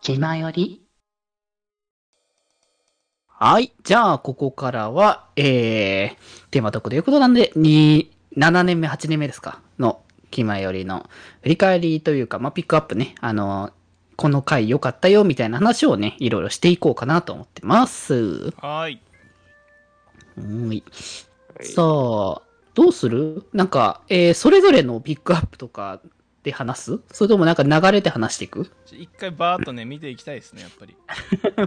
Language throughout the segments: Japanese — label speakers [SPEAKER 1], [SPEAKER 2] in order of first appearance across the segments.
[SPEAKER 1] 気まより
[SPEAKER 2] はい。じゃあ、ここからは、えー、テーマトークということなんで、に、7年目、8年目ですかの、気前よりの、振り返りというか、まあ、ピックアップね、あの、この回良かったよ、みたいな話をね、いろいろしていこうかなと思ってます。う
[SPEAKER 3] はーい。
[SPEAKER 2] ーい。
[SPEAKER 4] はい
[SPEAKER 2] さあ、どうするなんか、えー、それぞれのピックアップとかで話すそれともなんか流れで話していく
[SPEAKER 3] ちょ一回バーっとね、見ていきたいですね、やっぱり。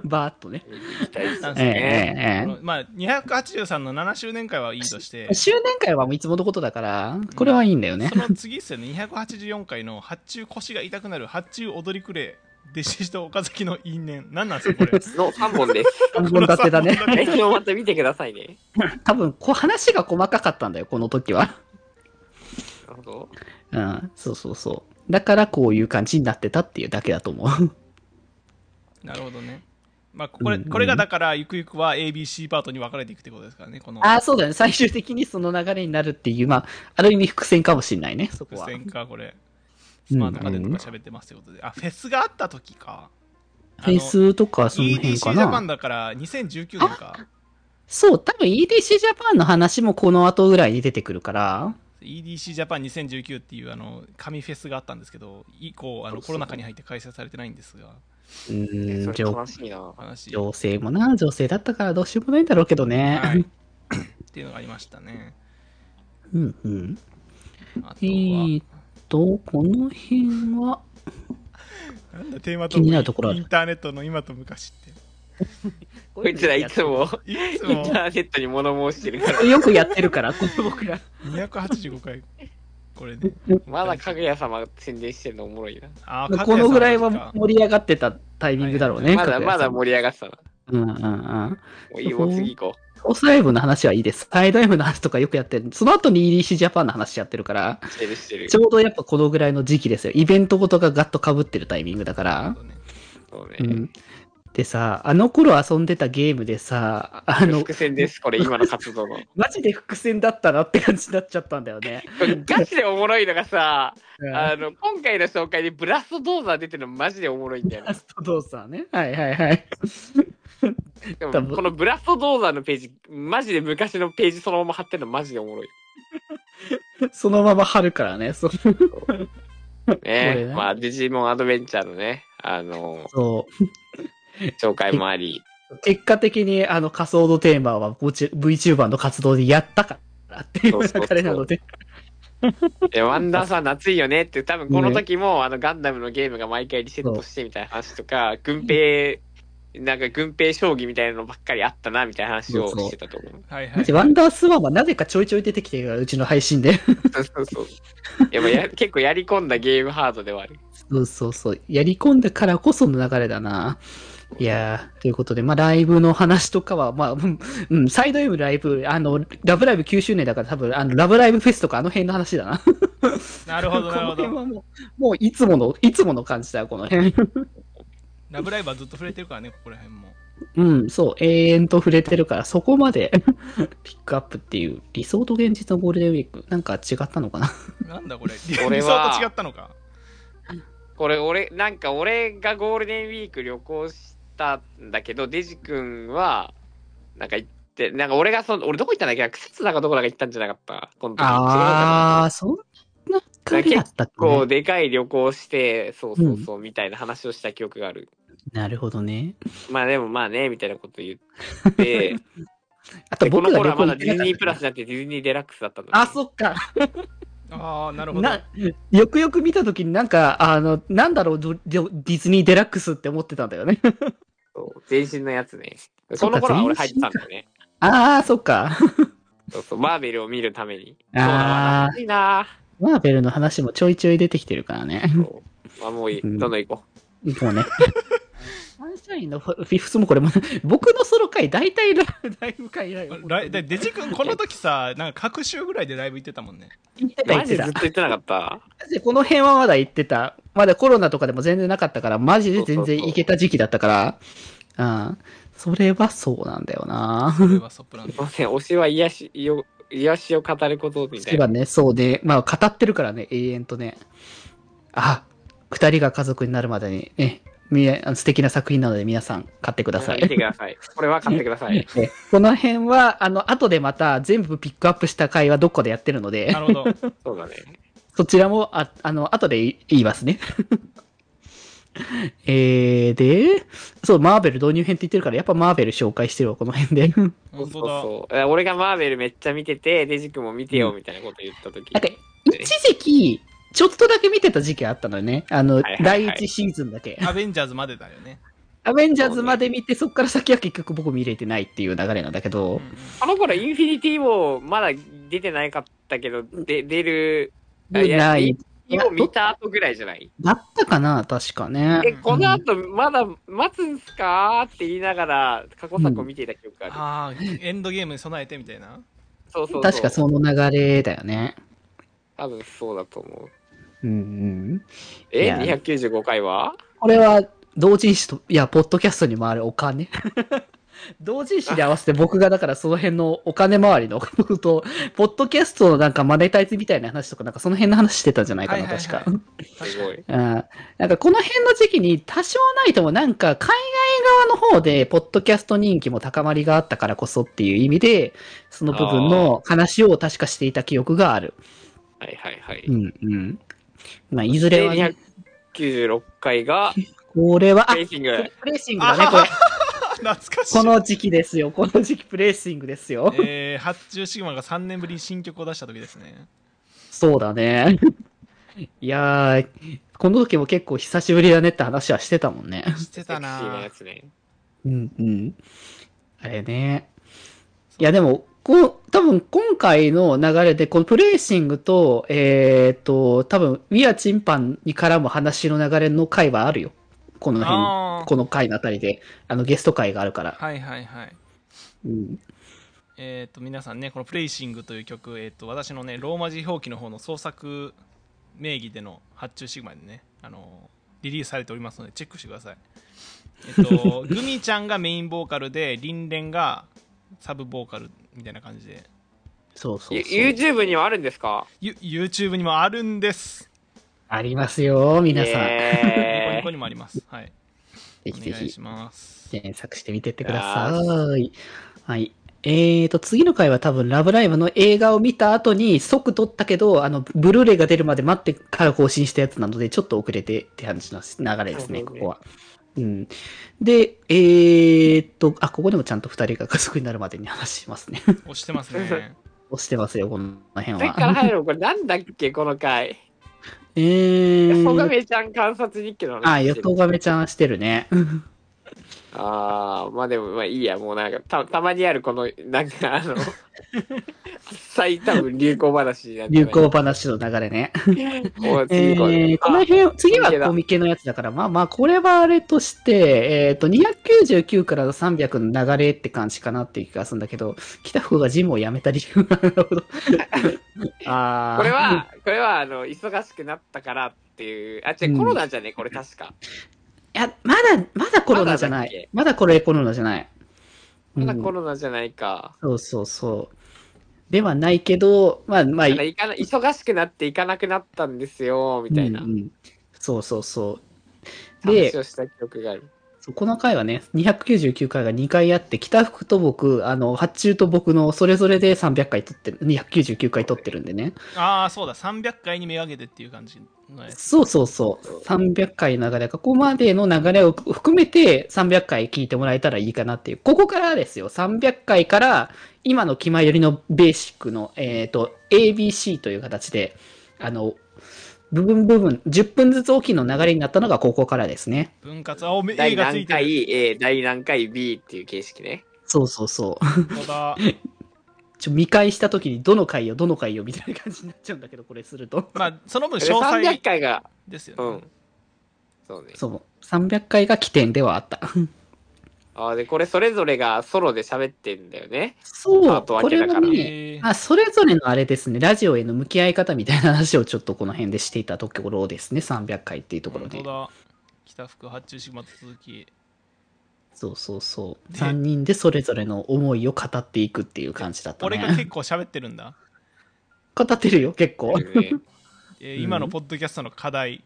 [SPEAKER 2] バーっとね。
[SPEAKER 4] 行きたいです
[SPEAKER 3] なん
[SPEAKER 2] えー、え
[SPEAKER 4] ね。
[SPEAKER 2] ーえー
[SPEAKER 3] このまあ、283の7周年会はいいとして、
[SPEAKER 2] 周年会はもういつものことだから、これはいいんだよね
[SPEAKER 3] そ。の次っすよね、284回の発注腰が痛くなる発注踊りくれ、弟子と岡崎の因縁。何なんす か、これ。
[SPEAKER 4] の3本です。
[SPEAKER 2] 3本立てだね。
[SPEAKER 4] 来週もまた見てくださいね。
[SPEAKER 2] 多分、こう話が細かかったんだよ、この時は。
[SPEAKER 4] なるほど。
[SPEAKER 2] うん、そうそうそう。だからこういう感じになってたっていうだけだと思う。
[SPEAKER 3] なるほどね。まあ、これ、
[SPEAKER 2] うんうん
[SPEAKER 3] これがだから、ゆくゆくは ABC パートに分かれていくってことですからね、この
[SPEAKER 2] ああ、そうだね。最終的にその流れになるっていう、まあ、ある意味伏線かもしんないね、そこ
[SPEAKER 3] 伏
[SPEAKER 2] は。
[SPEAKER 3] 線か、これ。
[SPEAKER 2] うん
[SPEAKER 3] スマート家電とか喋ってますということで。あ、フェスがあった時か。
[SPEAKER 2] フェスとかその辺
[SPEAKER 3] EDC ジ
[SPEAKER 2] か
[SPEAKER 3] ャパン
[SPEAKER 2] な。
[SPEAKER 3] だから2019年か。
[SPEAKER 2] そう、多分 EDC ジャパンの話もこの後ぐらいに出てくるから、
[SPEAKER 3] EDC ジャパン2019っていうあの紙フェスがあったんですけど、以降あのコロナ禍に入って開催されてないんですが、
[SPEAKER 2] う
[SPEAKER 4] え
[SPEAKER 2] ー
[SPEAKER 4] そ
[SPEAKER 2] ん、
[SPEAKER 4] れ
[SPEAKER 2] 情
[SPEAKER 4] 悲しいな。
[SPEAKER 3] 話、は
[SPEAKER 2] 情勢もな、情勢だったからどうしようもないんだろうけどね。
[SPEAKER 3] い、っていうのがありましたね。
[SPEAKER 2] うんうん。
[SPEAKER 3] あと
[SPEAKER 2] えー
[SPEAKER 3] は
[SPEAKER 2] っ、と、この辺は、
[SPEAKER 3] なんだテーマ
[SPEAKER 2] 気になるところある
[SPEAKER 3] インターネットの今と昔っ
[SPEAKER 4] こいつらいつも
[SPEAKER 3] て。いつ
[SPEAKER 4] イン
[SPEAKER 3] も
[SPEAKER 4] ターネットに物申してるから、
[SPEAKER 2] よくやってるから、この僕ら。
[SPEAKER 3] 285回、これね。
[SPEAKER 4] まだかぐや様が宣伝してるのおもろいな。
[SPEAKER 3] あー
[SPEAKER 2] このぐらい
[SPEAKER 3] かぐやさ
[SPEAKER 2] は
[SPEAKER 3] んの時か
[SPEAKER 2] 盛り上がってたタイミングだろうね。
[SPEAKER 4] まだまだ
[SPEAKER 2] も
[SPEAKER 4] 盛り上がってたな。
[SPEAKER 2] うんうんうん。
[SPEAKER 4] もういい、もう次行こ
[SPEAKER 2] オスライブの話はいいです。サイド M の話とかよくやってる。その後に EDC ジャパンの話やってるから、
[SPEAKER 4] う。してるしてる
[SPEAKER 2] ち。ょうどやっぱこのぐらいの時期ですよ。イベントごとがガッと被ってるタイミングだから
[SPEAKER 3] そ。うね
[SPEAKER 4] そう
[SPEAKER 2] う
[SPEAKER 4] ね。
[SPEAKER 2] ん。でさ、あの頃遊んでたゲームでさ、あ の、
[SPEAKER 4] 伏線です、これ、今の活動の。
[SPEAKER 2] マジで伏線だったなって感じになっちゃったんだよね。
[SPEAKER 4] これガチでおもろいのがさ、
[SPEAKER 2] うん
[SPEAKER 4] あの、今回の紹介でブラストドーザー出てるのマジでおもろいんだよ
[SPEAKER 2] ラ
[SPEAKER 4] な。
[SPEAKER 2] スト動作ね。はいはいはい。
[SPEAKER 4] で
[SPEAKER 2] 多
[SPEAKER 4] も、
[SPEAKER 2] 分
[SPEAKER 4] このブラストドーザーのページ、マジで昔のページそのまま貼ってるのマジでおもろい。
[SPEAKER 2] そのまま貼るからね。そう。
[SPEAKER 4] ね
[SPEAKER 2] れね
[SPEAKER 4] まあ、デジモンアドベンチャーのね、あの、
[SPEAKER 2] そう
[SPEAKER 4] 紹介もあり、
[SPEAKER 2] 結果的にあの仮想のテーマはこうち VTuber の活動でやったからっていう
[SPEAKER 4] そうそうそ
[SPEAKER 2] 流
[SPEAKER 4] う
[SPEAKER 2] れなので。
[SPEAKER 4] でワンダーさん夏いよねって、多分この時も、あの、ガンダムのゲームが毎回リセットしてみたいな話とか、軍兵、なんか軍兵将棋みたいなのばっかりあったな、みたいな話をしてた と思う。
[SPEAKER 3] はいは
[SPEAKER 2] だ
[SPEAKER 3] い
[SPEAKER 2] って。ワンダースワンはなぜかちょいちょい出てきてるからうちの配信で。
[SPEAKER 4] そうそうそう。やっぱや結構やり込んだゲームハードではある。
[SPEAKER 2] そうそうそう。やり込んだからこその流れだな。いやー、ということで、まあ、ライブの話とかは、まあ、うんうん、サイド M ライブ、あの、ラブライブ9周年だから多分、あの、ラブライブフェスとかあの辺の話だな。
[SPEAKER 3] なるほど、なるほ
[SPEAKER 2] この辺
[SPEAKER 3] ど。
[SPEAKER 2] はもう、もういつもの、いつもの感じだよ、この辺。
[SPEAKER 3] ラブライブはずっと触れてるからね、ここら辺も。
[SPEAKER 2] うん、そう、永遠と触れてるから、そこまで ピックアップっていう、理想と現実のゴールデンウィーク、なんか違ったのかな。
[SPEAKER 3] なんだこれ。
[SPEAKER 4] 俺
[SPEAKER 3] 理
[SPEAKER 4] は
[SPEAKER 3] 想と違ったのか。
[SPEAKER 4] これ俺なんか俺がゴールデンウィーク旅行したんだけどデジ君はなんか行ってなんか俺がその俺どこ行ったんだっけな草津だかどこだか行ったんじゃなかったこの時
[SPEAKER 2] あー、そんな感じだったっ
[SPEAKER 4] 違うかなこう
[SPEAKER 2] け、
[SPEAKER 4] でかい旅行してそうそうそうみたいな話をした記憶がある、
[SPEAKER 2] なるほどね。
[SPEAKER 4] まあでもまあねみたいなこと言って
[SPEAKER 2] あと
[SPEAKER 4] でこ
[SPEAKER 2] 僕
[SPEAKER 4] の
[SPEAKER 2] が
[SPEAKER 4] 頃
[SPEAKER 2] 旅
[SPEAKER 4] は
[SPEAKER 2] 行行
[SPEAKER 4] まだディズニープラ
[SPEAKER 2] ス。
[SPEAKER 4] スじゃなくてディズニーデラックスだったんだ
[SPEAKER 2] あ、そっか。
[SPEAKER 3] ああ、なるほど。
[SPEAKER 2] な、よくよく見たときになんか、あの、なんだろう、どどディズニーデラックスって思ってたんだよね。
[SPEAKER 4] そう全身のやつね
[SPEAKER 2] そ
[SPEAKER 4] そう
[SPEAKER 2] か
[SPEAKER 4] の頃は俺入ってたんだよね
[SPEAKER 2] あー、そっか。
[SPEAKER 4] そうそうマーベルを見るためにそうだわ
[SPEAKER 2] あ
[SPEAKER 4] 懐かしいな
[SPEAKER 2] マーベルの話もちょいちょい出てきてるからね。
[SPEAKER 4] そうまあもういいどんどん行こう
[SPEAKER 2] もうね。サンシャインのフィフスもこれも、僕のソロ回、大体ライブ回だよ。
[SPEAKER 3] ライでデジ君この時 さ、なんか各週ぐらいでライブ行ってたもんね。
[SPEAKER 2] 言ってた言
[SPEAKER 4] マ
[SPEAKER 2] って
[SPEAKER 4] ジず
[SPEAKER 2] た
[SPEAKER 4] っ。と言ってなかった。
[SPEAKER 2] マジでこの辺はまだ行ってた。まだコロナとかでも全然なかったから、マジで全然行けた時期だったから。うん。それはそうなんだよな。
[SPEAKER 3] それはソプラノ
[SPEAKER 4] すい。ません、推しは癒しよ癒しを語ることみた
[SPEAKER 2] 一
[SPEAKER 4] いな。
[SPEAKER 2] 番ね、そうね。まあ、語ってるからね、永遠とね。あ、二人が家族になるまでに、ね、みあの素敵な作品なので皆さん買ってくださ
[SPEAKER 4] 見て
[SPEAKER 2] い。
[SPEAKER 4] ください。これは買ってくださ い。
[SPEAKER 2] えこの辺は、あの、後でまた全部ピックアップした回はどっかでやってるので
[SPEAKER 3] な、るほど。
[SPEAKER 4] そうだね。
[SPEAKER 2] そちらも、あ、あの、後で言い言いますね。 えー、で、そう、マーベル導入編って言ってるから、やっぱマーベル紹介してるわ、この辺で。 なんか、
[SPEAKER 3] 本
[SPEAKER 4] そ
[SPEAKER 3] 当
[SPEAKER 4] う
[SPEAKER 3] だ。
[SPEAKER 4] そう。だから俺がマーベルめっちゃ見てて、デジ君も見てよみたいなこと言ったとき。
[SPEAKER 2] 一時期、ちょっとだけ見てた時期あったのよね。あの、
[SPEAKER 4] いはいはい
[SPEAKER 2] 第一シーズンだけ。
[SPEAKER 3] アベンジャーズまでだよね。
[SPEAKER 2] アベンジャーズまで見て、そっから先は結局僕見れてないっていう流れなんだけ
[SPEAKER 3] うん
[SPEAKER 2] ど
[SPEAKER 3] う、ん
[SPEAKER 4] あの頃インフィニティもまだ出てなかったけど、で出る、あいや
[SPEAKER 2] ない。
[SPEAKER 4] 今見た後ぐらいじゃない
[SPEAKER 2] だったかな確かね。
[SPEAKER 4] え、この後まだ待つんすかって言いながら過去作を見ていた記憶がある。
[SPEAKER 3] ああ、エンドゲームに備えてみたいな。
[SPEAKER 4] そうそうそう。
[SPEAKER 2] 確か
[SPEAKER 4] う。
[SPEAKER 2] その流れだよね。
[SPEAKER 4] 多分そうだと思
[SPEAKER 2] う
[SPEAKER 4] う。
[SPEAKER 2] んうん。い
[SPEAKER 4] え、
[SPEAKER 2] や
[SPEAKER 4] 295回は
[SPEAKER 2] これは、同人誌と、いや、ポッドキャストに回るお金。 同人誌で合わせて僕がだからその辺のお金回りのことと、ポッドキャストのなんかマネタイズみたいな話とか、なんかその辺の話してたんじゃないかな、
[SPEAKER 3] はいはいはい
[SPEAKER 2] 確か。
[SPEAKER 4] すごい。
[SPEAKER 2] うんなんかこの辺の時期に多少ないともなんか海外側の方でポッドキャスト人気も高まりがあったからこそっていう意味で、その部分の話を確かしていた記憶がある。
[SPEAKER 4] はいはいはい。
[SPEAKER 2] うんうん。まあ、いずれ
[SPEAKER 4] で
[SPEAKER 2] は、ね、
[SPEAKER 4] 296 回が、
[SPEAKER 2] これは、あ
[SPEAKER 4] フェ、イシング。
[SPEAKER 2] プレーシングだね、これ。
[SPEAKER 3] 懐かしい。
[SPEAKER 2] この時期ですよ。この時期プレーシングですよ。
[SPEAKER 3] えー、発注シグマが3年ぶりに新曲を出した時ですね。
[SPEAKER 2] そうだね。いやー、この時も結構久しぶりだねって話はしてたもんね。
[SPEAKER 3] して
[SPEAKER 4] セ
[SPEAKER 3] た
[SPEAKER 4] クシーな
[SPEAKER 3] な
[SPEAKER 4] や。つね。
[SPEAKER 2] うんうん。あれね。いやでも、こう、多分今回の流れで、このプレイシングと、えっ、と、多分、ウィアチンパンに絡む話の流れの回はあるよ。この辺、
[SPEAKER 3] ああ。
[SPEAKER 2] この回のあたりで、あの、ゲスト回があるから。
[SPEAKER 3] はいはいはい。
[SPEAKER 2] うん。
[SPEAKER 3] えっ、と、皆さんね、このプレイシングという曲、えっ、と、私のね、ローマ字表記の方の創作名義での発注シグマでね、あのリリースされておりますので、チェックしてください。えっ、と、グミちゃんがメインボーカルで、リンレンがサブボーカルみたいな感じで、
[SPEAKER 2] そうそう
[SPEAKER 4] ゆ
[SPEAKER 2] そう。
[SPEAKER 4] YouTube にはあるんですか
[SPEAKER 3] ゆ YouTube にもあるんです。
[SPEAKER 2] ありますよ、皆さん。
[SPEAKER 3] ニコニ
[SPEAKER 4] え
[SPEAKER 3] コにもあります。はい。
[SPEAKER 2] ぜ
[SPEAKER 3] お
[SPEAKER 2] ひぜ
[SPEAKER 3] 願い
[SPEAKER 2] ひ
[SPEAKER 3] し、ます。
[SPEAKER 2] 検索してみてってください。はい。えーと、次の回は多分、ラブライブの映画を見た後に即撮ったけど、あの、ブルーレイが出るまで待ってから更新したやつなので、ちょっと遅れてって感じの流れですね、
[SPEAKER 4] そう
[SPEAKER 2] こ
[SPEAKER 4] ですね
[SPEAKER 2] こは。うん。で、えーと、あ、ここでもちゃんと二人が家族になるまでに話しますね。
[SPEAKER 3] 押してますね。
[SPEAKER 2] 押してますよ、この辺
[SPEAKER 4] ー、それから
[SPEAKER 2] は。
[SPEAKER 4] 入るのこれなんだっけこの回。
[SPEAKER 2] えー。
[SPEAKER 4] ソガメちゃん観察日記の
[SPEAKER 2] あ、
[SPEAKER 4] 話
[SPEAKER 2] ヨ
[SPEAKER 4] してる
[SPEAKER 2] トガメちゃんしてるね。
[SPEAKER 4] ああ、まあでもまあいいや、もうなんか、たたまにあるこの、 なんかあの、最多分流行話になってない
[SPEAKER 2] 流行話の流れね。
[SPEAKER 4] もう
[SPEAKER 2] え
[SPEAKER 4] 次これ、
[SPEAKER 2] ーこの辺、次は
[SPEAKER 4] コミケだ
[SPEAKER 2] コミケのやつだから、まあまあ、これはあれとして、えっ、と、299からの300の流れって感じかなっていう気がするんだけど、北福がジムを辞めた理由が、 なるほど。あ
[SPEAKER 4] あ
[SPEAKER 2] ー
[SPEAKER 4] これ、は、これはあの、忙しくなったからっていう、あ、
[SPEAKER 2] う
[SPEAKER 4] 違う、
[SPEAKER 2] ん
[SPEAKER 4] コロナじゃね、これ確か。
[SPEAKER 2] いや、まだ、まだコロナじゃな
[SPEAKER 4] まだだっ
[SPEAKER 2] い
[SPEAKER 4] け。
[SPEAKER 2] まだこれコロナじゃない。
[SPEAKER 4] まだコ
[SPEAKER 2] うん
[SPEAKER 4] ロナじゃないか。
[SPEAKER 2] そうそうそう。ではないけど、まあまあ、
[SPEAKER 4] だから行かな忙しくなって行かなくなったんですよ、みたいな
[SPEAKER 2] うんうんそうそうそう。で
[SPEAKER 4] 話、をした記憶がある。
[SPEAKER 2] そうこの回はね、299回が2回あって、北福と僕、あの、発注と僕のそれぞれで300回撮ってる、299回撮ってるんでね。
[SPEAKER 3] ああ、そうだ、300回に目を上げてっていう感じのやつ。
[SPEAKER 2] そうそうそう。300回の流れ、ここまでの流れを含めて300回聞いてもらえたらいいかなっていう。ここからですよ、300回から今の気前よりのベーシックの、えっ、と、ABC という形で、あの、部分部分、10分ずつ大きいの流れになったのがここからですね。
[SPEAKER 3] 分割、あ、おめ、A
[SPEAKER 4] 第
[SPEAKER 3] がつい
[SPEAKER 4] 何
[SPEAKER 3] てる。
[SPEAKER 4] 回 A、第何回 B っていう形式ね。
[SPEAKER 2] そうそうそう。
[SPEAKER 3] 本当だ。
[SPEAKER 2] ちょ見返した時にどの回よどの回よみたいな感じになっちゃうんだけどこれすると
[SPEAKER 3] まあ、その分、
[SPEAKER 4] で
[SPEAKER 3] 詳細
[SPEAKER 4] 300回が、
[SPEAKER 3] ですよ
[SPEAKER 4] う
[SPEAKER 3] ね。
[SPEAKER 4] ん。そう ね。
[SPEAKER 2] そう300回が起点ではあった
[SPEAKER 4] あーで、これそれぞれがソロで喋ってんだよね。
[SPEAKER 2] そ
[SPEAKER 4] パ
[SPEAKER 2] う
[SPEAKER 4] ート
[SPEAKER 2] こ
[SPEAKER 4] 分け
[SPEAKER 2] れ
[SPEAKER 4] だ
[SPEAKER 2] は
[SPEAKER 4] から
[SPEAKER 2] ね
[SPEAKER 3] えー
[SPEAKER 2] あそれぞれのあれですねラジオへの向き合い方みたいな話をちょっとこの辺でしていたところですね300回っていうところ
[SPEAKER 3] 本
[SPEAKER 2] で
[SPEAKER 3] 当だ。北福発注シグマと続き。
[SPEAKER 2] そうそうそう
[SPEAKER 3] で
[SPEAKER 2] 3人でそれぞれの思いを語っていくっていう感じだった
[SPEAKER 3] 俺が結
[SPEAKER 2] ね
[SPEAKER 3] 構喋ってるんだ。
[SPEAKER 2] 語ってるよ結構
[SPEAKER 4] ね
[SPEAKER 3] えー今のポッドキャストの課題。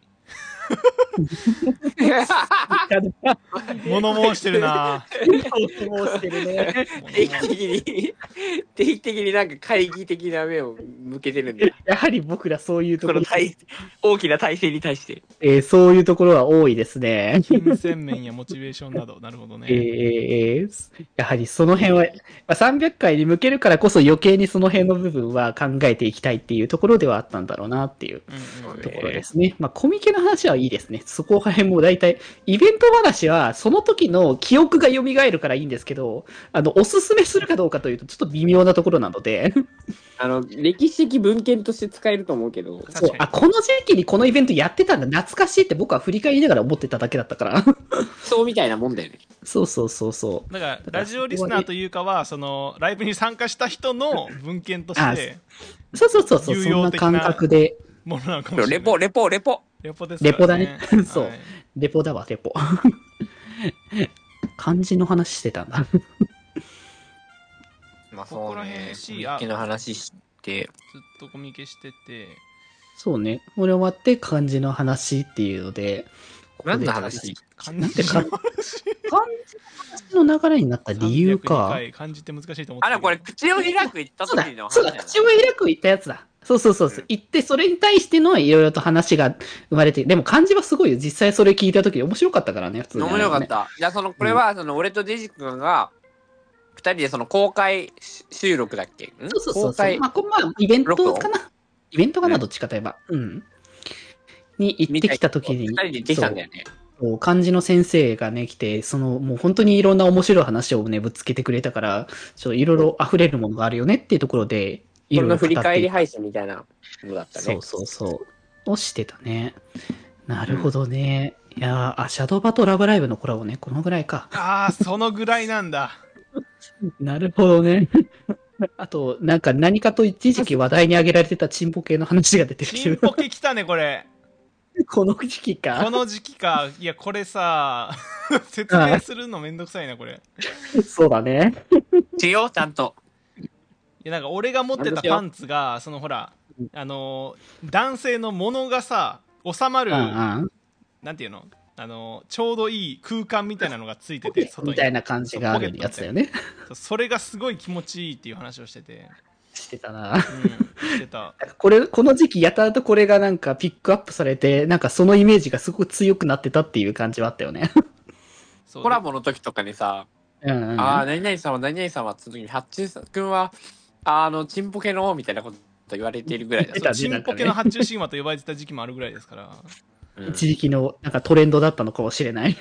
[SPEAKER 3] 物申して るな
[SPEAKER 2] そうしてる ね。
[SPEAKER 4] 定期的に、 定期的になんか会議的な目を向けてるん だ。
[SPEAKER 2] やはり僕らそういうとこ
[SPEAKER 4] こ
[SPEAKER 2] ろ
[SPEAKER 4] の、体、大きな体制に対して。
[SPEAKER 2] えーそういうところは多いですね。
[SPEAKER 3] 金銭面やモチベーションなど、なるほどね。
[SPEAKER 2] えーえーえーやはりその辺は、まあ、300回に向けるからこそ余計にその辺の部分は考えていきたいっていうところではあったんだろうなっていう
[SPEAKER 3] うんうん
[SPEAKER 2] ところですね。まあコミケの話はいいですね。そこら辺も大体、イベント話はその時の記憶が蘇るからいいんですけど、あの、おすすめするかどうかというとちょっと微妙なところなので、
[SPEAKER 4] あの、歴史的文献として使えると思うけど。
[SPEAKER 3] 確か
[SPEAKER 2] そ
[SPEAKER 3] に
[SPEAKER 2] う、あ、この時期にこのイベントやってたんだ、懐かしいって僕は振り返りながら思ってただけだったから。
[SPEAKER 4] そうみたいなもんだよね。
[SPEAKER 2] そうそうそうそう。
[SPEAKER 3] だからラジオリスナーというかはそのライブに参加した人の文献として
[SPEAKER 2] そうそうそうそう、
[SPEAKER 3] 有
[SPEAKER 2] そん
[SPEAKER 3] 用
[SPEAKER 2] な
[SPEAKER 3] 的な
[SPEAKER 2] 感覚で、
[SPEAKER 3] ものなのかもしれない。
[SPEAKER 4] レポ、レポ、レポ。
[SPEAKER 3] レポですからね
[SPEAKER 2] レポだねそう
[SPEAKER 3] はい
[SPEAKER 2] レポだわ、レポ。 漢字の話してたんだ。
[SPEAKER 4] まあ
[SPEAKER 3] そうねここら辺しあコミケの
[SPEAKER 4] 話して。
[SPEAKER 3] ずっとコミケしてて
[SPEAKER 2] そうね。これ終わって漢字の話っていうので、ここで
[SPEAKER 4] 何の話
[SPEAKER 3] 漢字
[SPEAKER 2] てか漢字の流れになった理由か。
[SPEAKER 3] 302回漢字って難しいと思って
[SPEAKER 4] あ
[SPEAKER 3] る
[SPEAKER 4] ら、これ、口を開く言った
[SPEAKER 2] そうだ
[SPEAKER 4] 時の、話
[SPEAKER 2] そうだ、口を開く言ったやつだ。そうそうそうそう。言って、それに対してのいろいろと話が生まれて、でも漢字はすごいよ。実際それ聞いたとき面白かったからね、普通に、
[SPEAKER 4] 面白かっ。た。じゃあ、その、これは、その、俺とデジ君が、二人でその公開し収録だっけん
[SPEAKER 2] そうそうそう
[SPEAKER 4] 公開
[SPEAKER 2] まあ、こんまあ、イベントか
[SPEAKER 4] 録
[SPEAKER 2] な。イベントかな、
[SPEAKER 4] ね
[SPEAKER 2] どっちかといえば。うん。に行ってきたときに。
[SPEAKER 4] 二人で行ってきたんだよね。
[SPEAKER 2] そう漢字の先生がね、来て、その、もう本当にいろんな面白い話をね、ぶつけてくれたから、ちょっといろいろ溢れるものがあるよねっていうところで、いろい
[SPEAKER 4] この
[SPEAKER 2] ろ語
[SPEAKER 4] 振
[SPEAKER 2] って
[SPEAKER 4] り
[SPEAKER 2] いた
[SPEAKER 4] 返り配信みたいなのだった
[SPEAKER 2] そ
[SPEAKER 4] ね
[SPEAKER 2] う。そうそう。をしてたね。なるほどね。いやーあ、シャドーバとラブライブのコラボね、このぐらいか。
[SPEAKER 3] ああそのぐらいなんだ
[SPEAKER 2] なるほどね。 あと、なんか何かと一時期話題に挙げられてたチンポ系の話が出て
[SPEAKER 3] チン
[SPEAKER 2] る。
[SPEAKER 3] ポケ来たねこれ
[SPEAKER 2] この時期
[SPEAKER 3] こ
[SPEAKER 2] か。
[SPEAKER 3] の時期かいやこ れさ説明するのめんどくさいなこれい
[SPEAKER 2] そうだね。
[SPEAKER 4] しよう、ちゃんと。
[SPEAKER 3] やなんか俺が持ってたパンツがそのほらあのー男性のものがさ収ま
[SPEAKER 2] う
[SPEAKER 3] る
[SPEAKER 2] んうん。
[SPEAKER 3] なんていうのあのちょうどいい空間みたいなのがついてて外に
[SPEAKER 2] みたいな感じがあるやつだよね。
[SPEAKER 3] そうそれがすごい気持ちいいっていう話をしてて、
[SPEAKER 2] してたな。
[SPEAKER 3] うん、し てた
[SPEAKER 2] これ、この時期やたらとこれがなんかピックアップされて、なんかそのイメージがすごく強くなってたっていう感じはあったよね。
[SPEAKER 3] そう
[SPEAKER 4] コラボの時とかにさ、
[SPEAKER 2] うんうん。
[SPEAKER 4] ああ、何々様、何々様って言った時に、ハッチュー君は、あの、チンポケの、みたいなこと言われているぐらいだ
[SPEAKER 2] 出
[SPEAKER 4] ぞ。
[SPEAKER 2] たね
[SPEAKER 3] チンポケの発注神話と呼ばれてた時期もあるぐらいですから
[SPEAKER 4] うん
[SPEAKER 2] 一時期のなんかトレンドだったのかもしれない。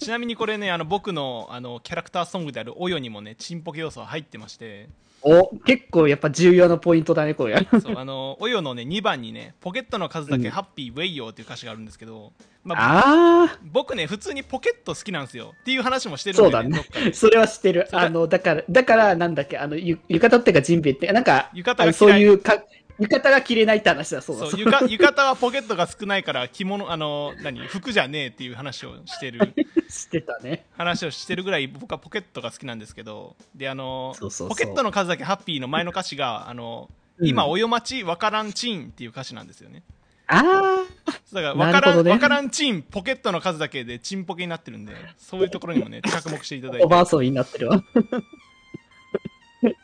[SPEAKER 3] ちなみにこれねあの僕のあのキャラクターソングである「およ」にもねチンポケ要素は入ってまして
[SPEAKER 2] お、結構やっぱ重要なポイントだね、これ。
[SPEAKER 3] そうあのおよのね2番にね「ポケットの数だけハッピーウェイよ」っていう歌詞があるんですけど、まあ、
[SPEAKER 2] あ
[SPEAKER 3] 僕ね普通にポケット好きなんですよっていう話もしてるんで、
[SPEAKER 2] そうだね
[SPEAKER 3] どっか
[SPEAKER 2] あ、
[SPEAKER 3] で
[SPEAKER 2] それは知ってる。
[SPEAKER 3] そうだ
[SPEAKER 2] あの、だから、だからなんだっけ、あの、ゆ浴衣っていうかジンベエって、なんか、
[SPEAKER 3] 浴
[SPEAKER 2] あ
[SPEAKER 3] 衣
[SPEAKER 2] の
[SPEAKER 3] が
[SPEAKER 2] そう
[SPEAKER 3] 嫌い
[SPEAKER 2] いうか、浴衣が着れないって話だ、そうだ。
[SPEAKER 3] そう
[SPEAKER 2] そう
[SPEAKER 3] 浴衣浴衣はポケットが少ないから着物あの何服じゃねえっていう話をし てる
[SPEAKER 2] 知ってたね。
[SPEAKER 3] 話をしてるぐらい僕はポケットが好きなんですけどであの
[SPEAKER 2] そうそうそう
[SPEAKER 3] ポケットの数だけハッピーの前の歌詞があの今およまちわからんちんっていう歌詞なんですよね
[SPEAKER 2] あ
[SPEAKER 3] だからわ
[SPEAKER 2] な
[SPEAKER 3] か
[SPEAKER 2] る
[SPEAKER 3] ら
[SPEAKER 2] ほど
[SPEAKER 3] ん、
[SPEAKER 2] ね
[SPEAKER 3] わからんちんポケットの数だけでちんポケになってるんでそういうところにもね着目していただ
[SPEAKER 2] あ、
[SPEAKER 3] い
[SPEAKER 2] お
[SPEAKER 3] て
[SPEAKER 2] ばあそうになってるわ。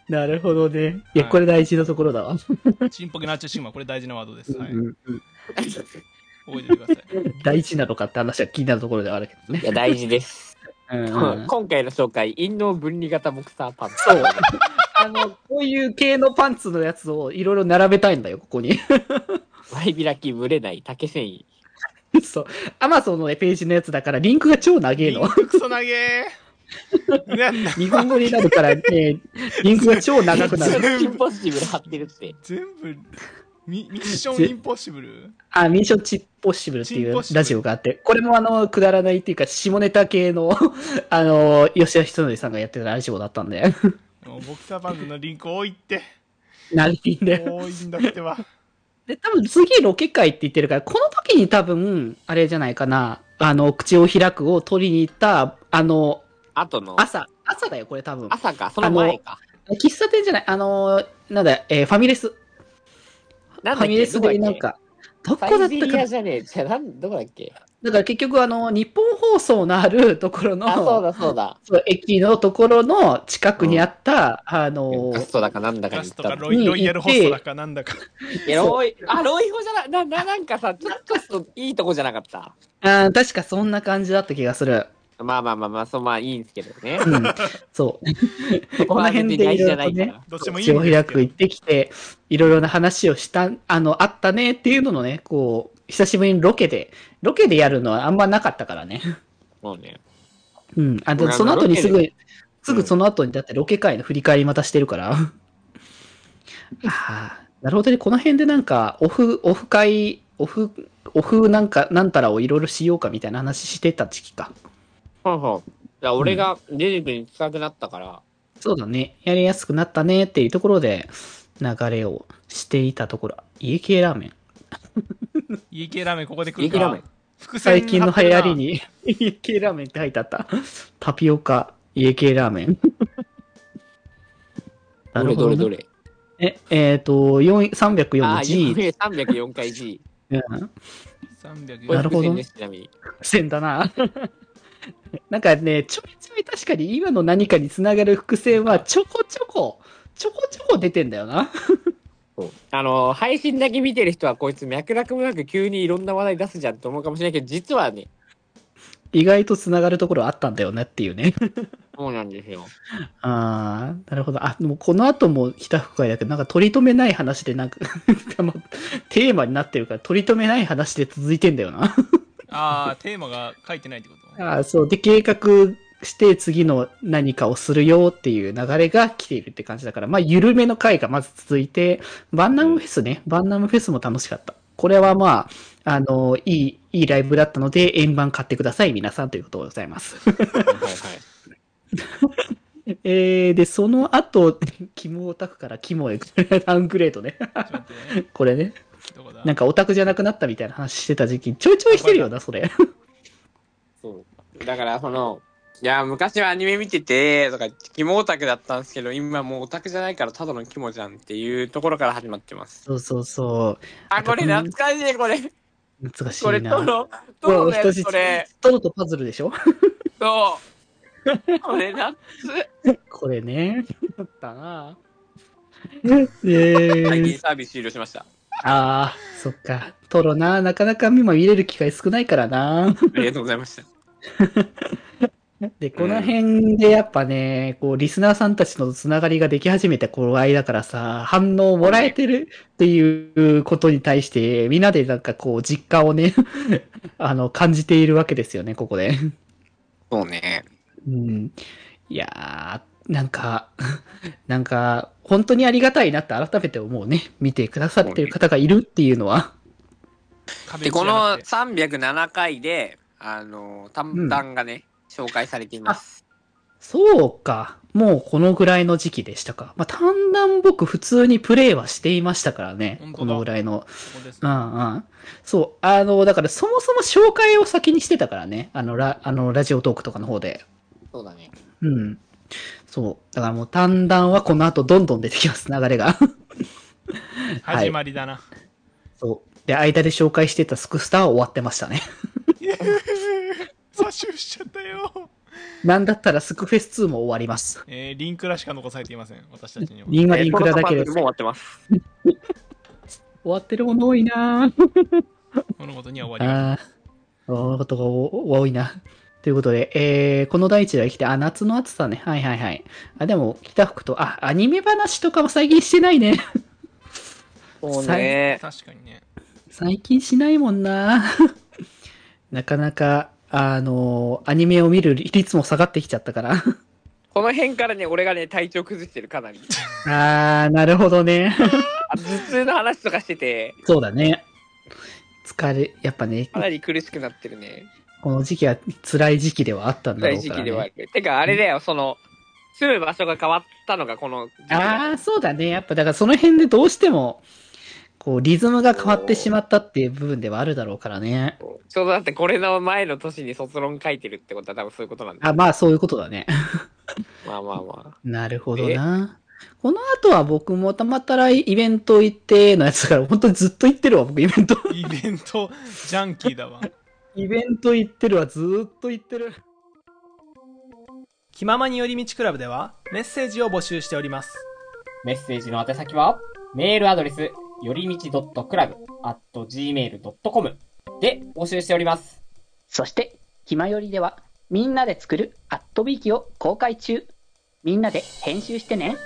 [SPEAKER 2] なるほどね。いや、
[SPEAKER 3] はい
[SPEAKER 2] これ大事なところだわ。
[SPEAKER 3] ちんポケのアチューシーンはこれ大事なワードです、はい、
[SPEAKER 2] うんうん
[SPEAKER 3] 覚えておいてください
[SPEAKER 2] 大事なのかって話は気になるところではあるけどね
[SPEAKER 4] い。や、大事です。
[SPEAKER 2] うんうん
[SPEAKER 4] 今回の紹介、陰謀分離型ボクサーパンツ。
[SPEAKER 2] そう。あの、こういう系のパンツのやつをいろいろ並べたいんだよ、ここに。
[SPEAKER 4] 前開き、ぶれない、竹繊維。
[SPEAKER 2] そう。アマゾンのね、ページのやつだから、リンクが超長え
[SPEAKER 3] リン
[SPEAKER 2] の。
[SPEAKER 3] ククソ投げーなんだ
[SPEAKER 2] 日本語になるから、ね、リンクが超長くなる。
[SPEAKER 4] インポッシブル貼ってるって。
[SPEAKER 3] 全部ミミッションインポッシブル
[SPEAKER 2] あ、ミッションチッポッシブルってい
[SPEAKER 3] チッポ
[SPEAKER 2] う
[SPEAKER 3] ッシブル
[SPEAKER 2] ラジオがあって、これもあの、くだらないっていうか、下ネタ系の、 あの、吉田ひとのりさんがやってたラジオだったんで、
[SPEAKER 3] もうボクサーバンドのリンク多いって
[SPEAKER 2] 何人で。
[SPEAKER 3] 多いんだってば
[SPEAKER 2] で、多分次ロケ会って言ってるから、この時に多分、あれじゃないかな、あの、口を開くを取りに行った、あの、
[SPEAKER 4] あとの、
[SPEAKER 2] 朝、朝だよ、これ多分。
[SPEAKER 4] 朝か、その前か。
[SPEAKER 2] 喫茶店じゃない、あの、なんだ、えーファミレス。
[SPEAKER 4] なん
[SPEAKER 2] フ
[SPEAKER 4] だっ
[SPEAKER 2] ァミレス
[SPEAKER 4] どこだっ
[SPEAKER 2] で
[SPEAKER 4] け
[SPEAKER 2] なんか、ど
[SPEAKER 4] サ
[SPEAKER 2] こだっ
[SPEAKER 4] イゼ
[SPEAKER 2] た
[SPEAKER 4] リ
[SPEAKER 2] か
[SPEAKER 4] ア
[SPEAKER 2] な
[SPEAKER 4] じゃねえ。じゃあ、なん、どこだっけ
[SPEAKER 2] だから結局あの、日本放送のあるところの、
[SPEAKER 4] あ、そうだそうだ。
[SPEAKER 2] そう駅のところの近くにあった、あの
[SPEAKER 4] ガ、ストだかなんだか
[SPEAKER 3] ガ
[SPEAKER 4] に
[SPEAKER 3] ス
[SPEAKER 4] 行っ
[SPEAKER 3] と
[SPEAKER 4] た
[SPEAKER 3] か
[SPEAKER 4] の
[SPEAKER 3] ロイロイヤルホストだかなんだか。
[SPEAKER 4] いやロイ、あ、ロイホじゃない、な、な、なんかさ、ちょっとそういいとこじゃなかった。
[SPEAKER 2] あー確かそんな感じだった気がする。
[SPEAKER 4] まあまあまあまあ、そう、まあいいんですけどね。
[SPEAKER 2] うん。 そう。 この辺でいろいろね、
[SPEAKER 3] どっちもいい
[SPEAKER 2] 千
[SPEAKER 3] ん
[SPEAKER 2] 代
[SPEAKER 3] です
[SPEAKER 2] 平区
[SPEAKER 3] け
[SPEAKER 2] 行ってきて、いろいろな話をした、あの、あったねっていうののね、こう、久しぶりにロケで、ロケでやるのはあんまなかった からね。
[SPEAKER 4] もうね。
[SPEAKER 2] うん。あ
[SPEAKER 4] 俺
[SPEAKER 2] と、
[SPEAKER 4] あの
[SPEAKER 2] その後にす
[SPEAKER 4] ロ
[SPEAKER 2] ぐ、すぐその後に、だってロケ会の振り返りまたしてる から。ああ、なるほどね。この辺でなんか、オフ、オフ会、オフ、オフなんか、なんたらをいろいろしようかみたいな話してた時期か。
[SPEAKER 4] ほうほう。じゃあ、俺がデジ君に近くなったから、
[SPEAKER 2] そうだね。やりやすくなったねっていうところで、流れをしていたところ。家系ラーメン。
[SPEAKER 3] ど。家系ラーメンここで来る
[SPEAKER 4] 家系ラーメ
[SPEAKER 3] か
[SPEAKER 4] ン。
[SPEAKER 3] 伏線
[SPEAKER 2] 最近の流行り
[SPEAKER 3] に
[SPEAKER 2] に、 家系ラーメンって書いてあった。タピオカ、家系ラーメン。 な
[SPEAKER 4] ど
[SPEAKER 2] る
[SPEAKER 4] れ
[SPEAKER 2] ほどね
[SPEAKER 4] どれどれ。
[SPEAKER 2] え、えっ、と、4 304
[SPEAKER 4] あ
[SPEAKER 2] の
[SPEAKER 4] あ、
[SPEAKER 2] G
[SPEAKER 4] 304回 G。
[SPEAKER 2] うん
[SPEAKER 3] 300
[SPEAKER 4] これ
[SPEAKER 2] なるほどね
[SPEAKER 4] 伏線ですちなみに。
[SPEAKER 2] 線だな。 なんかね、ちょいちょい確かに今の何かにつながる伏線はちょこちょこ、ちょこちょこ出てんだよな。
[SPEAKER 4] あの、配信だけ見てる人は、こいつ脈絡もなく急にいろんな話題出すじゃんと思うかもしれないけど、実はね、
[SPEAKER 2] 意外とつながるところあったんだよねっていうね。
[SPEAKER 4] そうなんですよ。
[SPEAKER 2] ああ、なるほど。あ、でもこの後も北福会だけど、なんか取り留めない話でなんか まテーマになってるから、取り留めない話で続いてんだよな。
[SPEAKER 3] ああ、テーマが書いてないってこと
[SPEAKER 2] あーそう。で、計画して次の何かをするよっていう流れが来ているって感じだから、まあ、緩めの回がまず続いて、バンナムフェスね。バンナムフェスも楽しかった。これはまあ、あの、いい、いいライブだったので、円盤買ってください、皆さんということでございます。
[SPEAKER 4] はいはいはい。
[SPEAKER 2] えー、で、その後、キモオタクからキモへ、こ れダウングレードね。
[SPEAKER 3] ちょっと待ってね。
[SPEAKER 2] これね。
[SPEAKER 3] どこだ
[SPEAKER 2] なんかオタクじゃなくなったみたいな話してた時期、ちょいちょいしてるよな、それ。
[SPEAKER 4] そう。だから、その、いや、昔はアニメ見てて、とか、キモオタクだったんですけど、今もうオタクじゃないからただのキモじゃんっていうところから始まってます。
[SPEAKER 2] そうそうそ
[SPEAKER 4] あ、これ懐かしい、これ。
[SPEAKER 2] う。難し
[SPEAKER 4] これ、
[SPEAKER 2] いな。
[SPEAKER 4] トロ、トロのやつ、
[SPEAKER 2] 人
[SPEAKER 4] これ。
[SPEAKER 2] トロとパズルでしょ
[SPEAKER 4] そう。これ、夏。
[SPEAKER 2] これ ね。だったなぁ。え
[SPEAKER 4] 最近
[SPEAKER 2] ー、
[SPEAKER 4] サービス終了しました。
[SPEAKER 2] あー、そっか。トロななかなか今見れる機会少ないからな
[SPEAKER 4] ありがとうございました。
[SPEAKER 2] で、この辺でやっぱね、こう、リスナーさんたちのつながりができ始めた頃合いだからさ、反応をもらえてるっていうことに対して、みんなでなんかこう、実感をね、 あの、感じているわけですよね、ここで。
[SPEAKER 4] そうね。
[SPEAKER 2] うん。いやー、なんか、 なんか、本当にありがたいなって改めて思うね。見てくださってる方がいるっていうのは。
[SPEAKER 3] 壁
[SPEAKER 4] で、
[SPEAKER 3] 打ち
[SPEAKER 4] こ
[SPEAKER 3] じゃな
[SPEAKER 4] の
[SPEAKER 3] くて
[SPEAKER 4] 307回で、あの、短パンがね、紹介されています。
[SPEAKER 2] そうか。もうこのぐらいの時期でしたか。まあ、単弾僕普通にプレイはしていましたからね
[SPEAKER 3] 本。当だ
[SPEAKER 2] このぐらいの。
[SPEAKER 3] ここです
[SPEAKER 2] うんうん。そう。あの、だからそもそも紹介を先にしてたからね。あの、ラ、あの、ラジオトークとかの方で。
[SPEAKER 4] そうだね。
[SPEAKER 2] うん。そう。だからもう単弾はこの後どんどん出てきます、流れが。
[SPEAKER 3] 始まりだな。
[SPEAKER 2] そう。で、間で紹介してたスクスターは終わってましたね。
[SPEAKER 3] 差し押しちゃったよ。
[SPEAKER 2] なんだったらスクフェス2も終わります。
[SPEAKER 3] えー、リンクラしか残されていません、私たちには。
[SPEAKER 2] リンマリンクラだけ
[SPEAKER 4] え
[SPEAKER 2] で
[SPEAKER 4] トロとパズルも
[SPEAKER 2] す。
[SPEAKER 4] う
[SPEAKER 2] 終
[SPEAKER 4] 終わってます。
[SPEAKER 2] わってるもの多いなぁ。
[SPEAKER 3] 物事には終わり
[SPEAKER 2] ああ、おことがお多いな。ということで、えー、この第一では生きて、あ、夏の暑さね。はいはいはい。あ、でも、北福と、あ、アニメ話とかも最近してないね。
[SPEAKER 4] そうね。
[SPEAKER 3] が。確かにね。
[SPEAKER 2] 最近しないもんな。 なかなか、あのーアニメを見る率も下がってきちゃったから。
[SPEAKER 4] この辺からね、俺がね、体調崩してる、かなり。
[SPEAKER 2] あー、なるほどね。
[SPEAKER 4] あ頭痛の話とかしてて、
[SPEAKER 2] そうだね。疲れ、やっぱね、
[SPEAKER 4] かなり苦しくなってるね。
[SPEAKER 2] この時期は辛い時期ではあったんだろ
[SPEAKER 4] 大
[SPEAKER 2] う
[SPEAKER 4] 時
[SPEAKER 2] から、ね。
[SPEAKER 4] 期ではある。てか、あれだよ、その、住む場所が変わったのが、この時期
[SPEAKER 2] あ
[SPEAKER 4] だ
[SPEAKER 2] あ、そうだね。やっぱだからその辺でどうしても、こう、リズムが変わってしまったっていう部分ではあるだろうからね。
[SPEAKER 4] と。ちょうどだって、これの前の年に卒論書いて るってことは、多分そういうことなんだ。
[SPEAKER 2] あ、まあそういうことだね。
[SPEAKER 4] まあまあまあ。
[SPEAKER 2] なるほどな。この後は僕もたまたらイベント行ってのやつだから、本当にずっと行ってるわ、僕イベント。
[SPEAKER 3] イベントジャンキーだわ。
[SPEAKER 2] イベント行ってるわ、ずーっと行ってる。
[SPEAKER 3] 気ままに寄り道クラブではメッセージを募集しております。
[SPEAKER 4] メッセージの宛先は、メールアドレス、よりみち .club.gmail.com で募集しております。
[SPEAKER 5] そして、ひまよりでは、みんなで作るアットビーキを公開中。みんなで編集してね。